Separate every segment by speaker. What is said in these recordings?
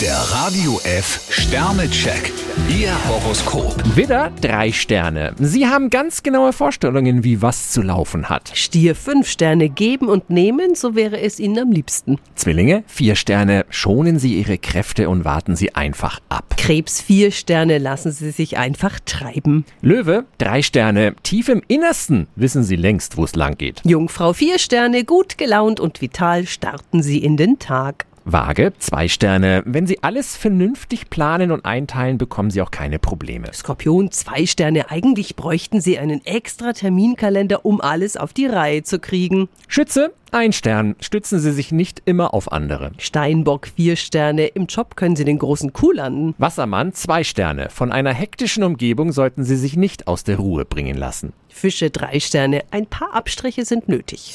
Speaker 1: Der Radio F Sternecheck. Ihr Horoskop.
Speaker 2: Widder, drei Sterne. Sie haben ganz genaue Vorstellungen, wie was zu laufen hat.
Speaker 3: Stier fünf Sterne geben und nehmen, so wäre es Ihnen am liebsten.
Speaker 2: Zwillinge, vier Sterne. Schonen Sie Ihre Kräfte und warten Sie einfach ab.
Speaker 3: Krebs vier Sterne, lassen Sie sich einfach treiben.
Speaker 2: Löwe, drei Sterne. Tief im Innersten wissen Sie längst, wo es lang geht.
Speaker 3: Jungfrau vier Sterne, gut gelaunt und vital starten Sie in den Tag.
Speaker 2: Waage, zwei Sterne. Wenn Sie alles vernünftig planen und einteilen, bekommen Sie auch keine Probleme.
Speaker 3: Skorpion zwei Sterne, eigentlich bräuchten Sie einen extra Terminkalender, um alles auf die Reihe zu kriegen.
Speaker 2: Schütze, ein Stern. Stützen Sie sich nicht immer auf andere.
Speaker 3: Steinbock vier Sterne, im Job können Sie den großen Kuh landen.
Speaker 2: Wassermann, zwei Sterne. Von einer hektischen Umgebung sollten Sie sich nicht aus der Ruhe bringen lassen.
Speaker 3: Fische drei Sterne, ein paar Abstriche sind nötig.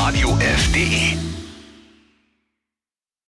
Speaker 1: Radio radiof.de.